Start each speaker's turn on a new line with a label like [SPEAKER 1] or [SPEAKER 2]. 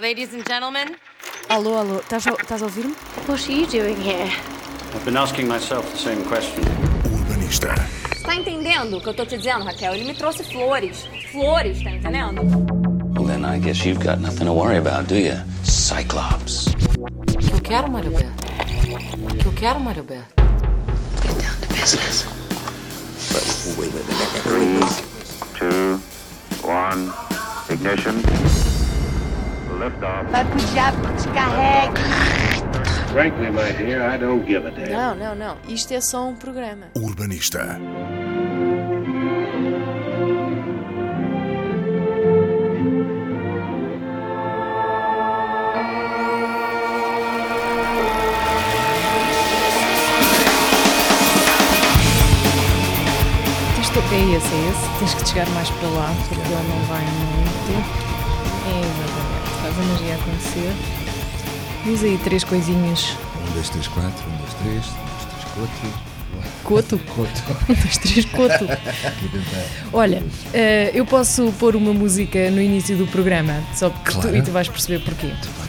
[SPEAKER 1] Ladies and gentlemen,
[SPEAKER 2] Alô, alô, estás a, estás a ouvir-me?
[SPEAKER 3] What are you doing here?
[SPEAKER 4] I've been asking myself the same question.
[SPEAKER 5] O urbanista.
[SPEAKER 6] Tá entendendo o que eu tô te dizendo, Raquel? Ele me trouxe flores. Flores, tá entendendo?
[SPEAKER 7] Well, then I guess you've got nothing to worry about, do you? Cyclops.
[SPEAKER 8] que eu quero, Mário Beto? O que eu quero, Mário Beto?
[SPEAKER 3] Get down to business.
[SPEAKER 9] two, one, ignition. Liftoff.
[SPEAKER 10] Vai pro diabo, descarrega.
[SPEAKER 9] Frankly, my dear, I don't give a damn.
[SPEAKER 2] Não, não, não. Isto é só um programa.
[SPEAKER 5] O urbanista.
[SPEAKER 2] Isto é esse, é esse. Tens que te chegar mais para lá, porque ela não vai muito tempo. É exatamente. Faz a magia acontecer. Diz aí três coisinhas.
[SPEAKER 11] Um, dois, três, quatro. Um, dois, três. Um, dois, três, quatro.
[SPEAKER 2] Coto?
[SPEAKER 11] Coto.
[SPEAKER 2] Um, dois, três, coto. Olha, eh, eu posso pôr uma música no início do programa, só que tu,
[SPEAKER 11] Claro.
[SPEAKER 2] e tu vais perceber porquê.